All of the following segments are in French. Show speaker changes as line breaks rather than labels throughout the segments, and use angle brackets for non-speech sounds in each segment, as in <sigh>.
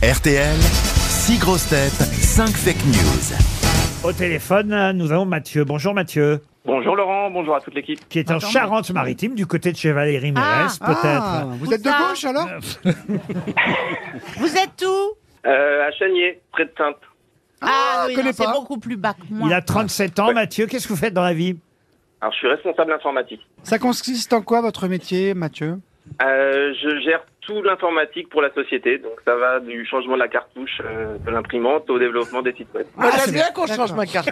RTL, 6 grosses têtes, 5 fake news.
Au téléphone, euh, nous avons Mathieu. Bonjour Mathieu,
Bonjour Laurent, bonjour à toute l'équipe.
qui est en Charente-Maritime, du côté de chez Valérie Mérès,
Ah,
peut-être.
vous êtes de
ça
gauche alors
Vous êtes où
Euh, à Chanier, près de Sainte.
Ah,
je connais
non, c'est
pas.
beaucoup plus bas que moi.
Il a 37 ans, Mathieu. Qu'est-ce que vous faites dans la vie
Alors je suis responsable informatique.
Ça consiste en quoi votre métier, Mathieu
Euh, je gère tout l'informatique pour la société, donc ça va du changement de la cartouche euh, de l'imprimante au développement des sites web.
Ah,
Ah,
Moi, j'aime bien qu'on change
D'accord.
ma carte.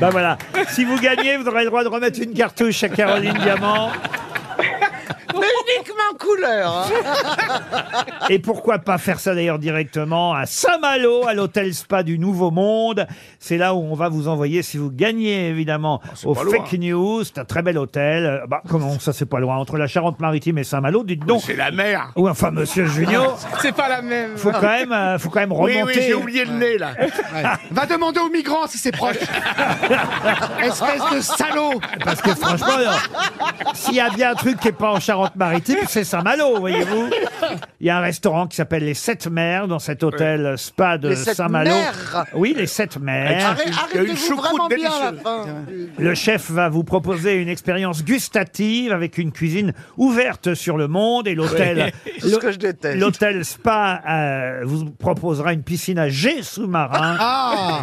Ben voilà. Si vous gagnez, vous aurez le droit de remettre une cartouche à Caroline Diamant.
Mais uniquement couleur. hein.
hein.
Et pourquoi pas faire ça d'ailleurs directement à Saint-Malo, à l'hôtel Spa du Nouveau Monde. C'est là où on va vous envoyer si vous gagnez évidemment
Ah,
au Fake News. C'est un très bel hôtel. Euh, Bah comment ça c'est pas loin entre la Charente-Maritime et Saint-Malo. Dites donc.
C'est la mer.
Ou enfin Monsieur Junio,
C'est pas la même.
faut quand même, euh, faut quand même
Oui,
remonter.
oui, j'ai oublié le nez là.
Va demander aux migrants si c'est <laughs> proche. Espèce de salaud
Parce que franchement, alors, s'il y a bien un truc qui n'est pas en Charente-Maritime, c'est Saint-Malo, voyez-vous. Il y a un restaurant qui s'appelle Les Sept Mers dans cet hôtel spa de
Les Sept
Saint-Malo.
Mers
Oui, les Sept Mers.
Arrête,
Il y a une
arrêtez-vous
choucroute
vraiment bien à la
délicieuse.
fin.
Le chef va vous proposer une expérience gustative avec une cuisine ouverte sur le monde et l'hôtel. <laughs>
Tout ce que je déteste.
L'hôtel Spa euh, vous proposera une piscine à jet sous-marin.
Ah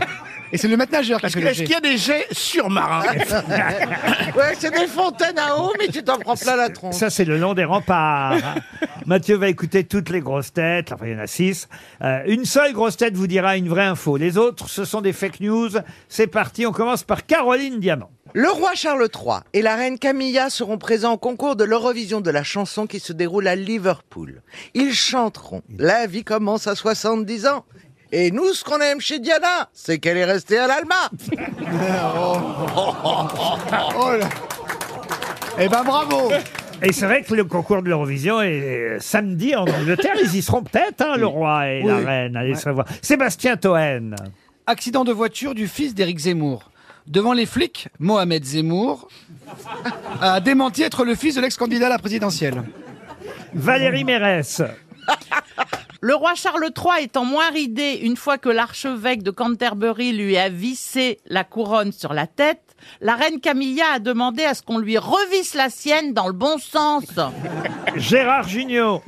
Et c'est le maître nageur qui a
Parce que
fait le
est-ce
jet.
qu'il y a des jets surmarins
<laughs> Ouais, c'est des fontaines à eau, mais tu t'en prends plein la tronche.
Ça, c'est le long des remparts. hein.
<laughs>
Mathieu va écouter toutes les grosses têtes. Enfin, il y en a six. Euh, une seule grosse tête vous dira une vraie info. Les autres, ce sont des fake news. C'est parti. On commence par Caroline Diamant.
Le roi Charles III et la reine Camilla seront présents au concours de l'Eurovision de la chanson qui se déroule à Liverpool. Ils chanteront La vie commence à 70 ans. Et nous, ce qu'on aime chez Diana, c'est qu'elle est restée à l'Alma.
Oh là. Eh ben bravo
Et c'est vrai que le concours de l'Eurovision est euh, samedi en Angleterre. Ils y seront peut-être, hein, le roi et la
Oui.
reine. Allez savoir. Sébastien Toen.
Accident de voiture du fils d'Éric Zemmour. Devant les flics, Mohamed Zemmour
A démenti être le fils de l'ex-candidat à la présidentielle.
Valérie Mérès.
Le roi Charles III étant moins ridé une fois que l'archevêque de Canterbury lui a vissé la couronne sur la tête, la reine Camilla a demandé à ce qu'on lui revisse la sienne dans le bon sens. Ah
Gérard Jugnot.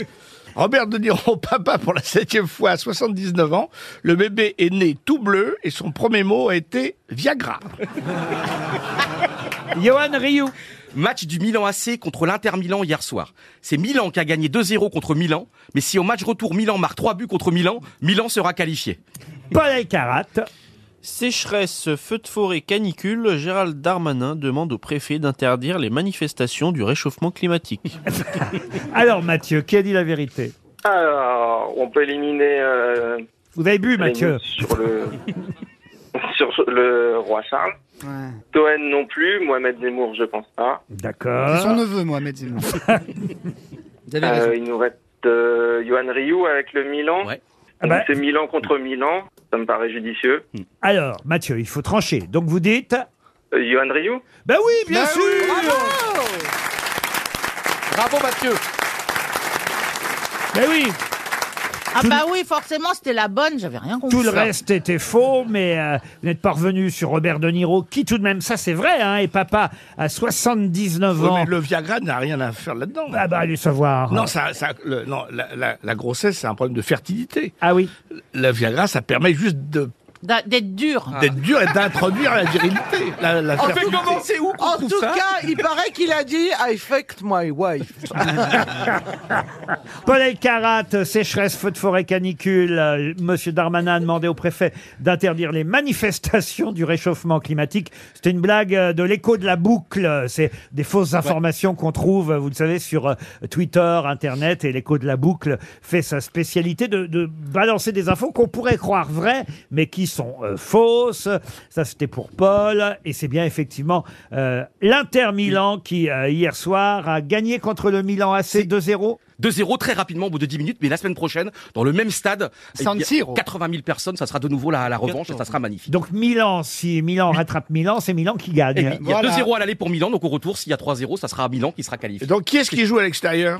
Robert De Niro, <laughs> papa, pour la septième fois à 79 ans, le bébé est né tout bleu et son premier mot a été Viagra.
<laughs> Johan Rioux.
Match du Milan AC contre l'Inter Milan hier soir. C'est Milan qui a gagné 2-0 contre Milan, mais si au match retour Milan marque 3 buts contre Milan, Milan sera qualifié.
Paul Elkarat.
Sécheresse, feu de forêt, canicule, Gérald Darmanin demande au préfet d'interdire les manifestations du réchauffement
<laughs>
climatique.
Alors, Mathieu, qui a dit la vérité
Alors, on peut éliminer euh,
Vous avez bu, Mathieu.
les- sur le <laughs> sur le roi Charles. Toen non plus, Mohamed Zemmour je pense pas.
C'est son
D'accord.
neveu, Mohamed <laughs> Zemmour.
Vous avez raison.
Euh, il nous reste euh, Johan Rioux avec le Milan.
Ouais.
Ah bah-
Donc, C'est Milan contre Milan, ça me paraît judicieux.
Alors, Mathieu, il faut trancher. Donc, vous dites
Euh, Johan Rioux
Ben oui, bien
Bah
sûr
Bravo Mathieu
Ben oui
Ah bah oui, forcément, c'était la bonne, j'avais rien compris.
Tout le reste était faux, mais euh, vous n'êtes pas revenu sur Robert De Niro, qui tout de même, ça c'est vrai, hein, et papa à 79
Oui,
ans.
mais le Viagra n'a rien à faire là-dedans.
Ah bah, allez savoir.
Non, ça, ça- le- non, la, la- la grossesse, c'est un problème de fertilité.
Ah oui.
Le Viagra, ça permet juste de-
D'a- D'être dur.
d'être dur et d'introduire la virilité. La, la
En fait,
fertilité.
comment
C'est où
En tout cas, il paraît qu'il a dit I fucked my wife.
Paul Elkarat, sécheresse, feu de forêt, canicule. euh, Monsieur Darmanin a demandé au préfet d'interdire les manifestations du réchauffement climatique. C'était une blague euh, de l'écho de la boucle. Euh, C'est des fausses informations qu'on trouve, euh, vous le savez, sur euh, Twitter, Internet. Et l'écho de la boucle fait sa spécialité de, de balancer des infos qu'on pourrait croire vraies, mais qui sont euh, fausses. Ça, c'était pour Paul. Et c'est bien effectivement euh, l'Inter Milan qui, euh, hier soir, a gagné contre le Milan AC 2-0.
2-0 très rapidement au bout de 10 minutes, mais la semaine prochaine, dans le même stade, eh
San
bien,
Siro.
80 000 personnes, ça sera de nouveau la, la revanche et ça sera magnifique.
Donc Milan, si Milan rattrape Milan, c'est Milan qui
Et
gagne.
puis, il y a 2-0 à l'aller pour Milan, donc au retour, s'il y a 3-0, ça sera Milan qui sera qualifié. Ah
Donc qui est-ce qui joue à l'extérieur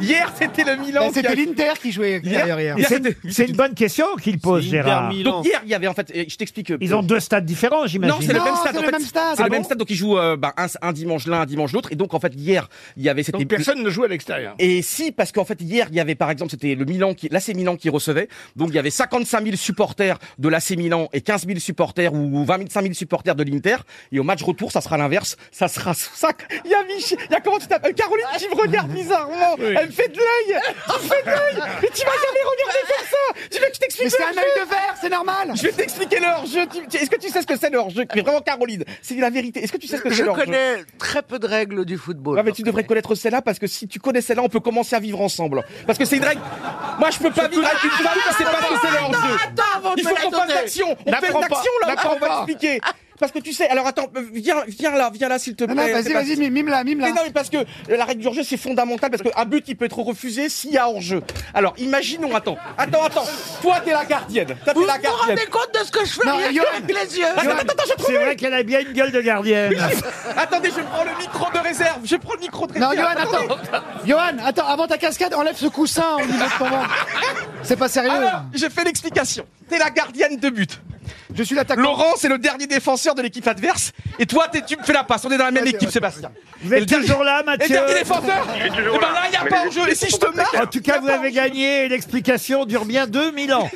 Hier, c'était le Milan.
Bah,
Ben, c'était
qui a-
l'Inter qui jouait à l'extérieur hier.
Et c'est- C'est une bonne question qu'il pose, Gérard.
Donc hier, il y avait en fait, eh, je t'explique. euh,
Ils ont deux stades différents, j'imagine.
Non, c'est le même stade. en fait. C'est
Ah
le même
bon
stade. Donc ils jouent euh, bah, un, un dimanche l'un, un dimanche l'autre. Et donc en fait hier, il y avait cette.
Donc personne ne joue à l'extérieur.
Et si, parce qu'en fait hier, il y avait par exemple, c'était le Milan qui, l'AC Milan qui recevait. Donc il y avait 55 000 supporters de l'AC Milan et 15 000 supporters ou 25 000 supporters de l'Inter. Et au match retour, ça sera l'inverse. Ça sera ça. Il y a Mich, il y a comment tu t'appelles Caroline qui me regarde bizarrement. Elle me fait de l'œil. Tu me fais de l'œil. Mais tu m'as jamais regardé comme ça. Tu veux que je t'explique
Mais c'est
le
un
jeu
œil de verre, c'est normal.
Je vais t'expliquer le hors-jeu. Tu- tu- Est-ce que tu sais ce que c'est le hors-jeu Mais vraiment, Caroline, c'est la vérité. Est-ce que tu sais ce que c'est
<laughs> Je
le hors-jeu
connais très peu de règles du football.
Ouais, mais tu devrais connaître celle-là parce que si tu connais celle-là, on peut commencer à vivre ensemble. Parce que c'est une règle. Moi, je peux pas vivre avec une femme qui sait pas ce que c'est le hors-jeu.
Attends, avant de
Il
me
faut
la
qu'on fasse
donner.
l'action. On fait une
N'apprends pas,
action là,
n'apprends
on va
pas.
expliquer. Parce que tu sais, alors attends, euh, viens, viens là, viens là, s'il te plaît.
Non, non, vas-y,
C'est pas-
vas-y, mime-la, mime-la.
mais non, mais parce que euh, la règle du hors-jeu, c'est fondamental, parce qu'un but, il peut être refusé s'il y a hors-jeu. Alors, imaginons, attends, attends, attends. Toi, t'es la gardienne. Toi, t'es
Vous
la
vous
gardienne.
rendez compte de ce que je fais
Non,
rien
Johan.
qu'avec les yeux
Attends, attends, attends, je trouve.
C'est vrai qu'elle a bien une gueule de gardienne.
Attendez, je prends le micro de réserve. Je prends le micro de
Non,
réserve.
Johan,
Attendez.
attends. Johan, attends, avant ta cascade, enlève ce coussin au niveau de ton ventre. C'est pas sérieux.
Alors, Ah,
Euh.
je fais l'explication. T'es la gardienne de but.
Je suis l'attaquant.
Laurent, c'est le dernier défenseur de l'équipe adverse. Et toi, t'es- tu me fais la passe. On est dans la même équipe, Sébastien.
Vous êtes
Et le
toujours là,
Et le
Mathieu
dernier défenseur Eh
toujours
ben
là.
là, il n'y a
Mais
pas
les-
en jeu.
les
Et si je
sont
te
pas
marque
En tout cas, vous avez gagné. L'explication dure bien 2000 ans.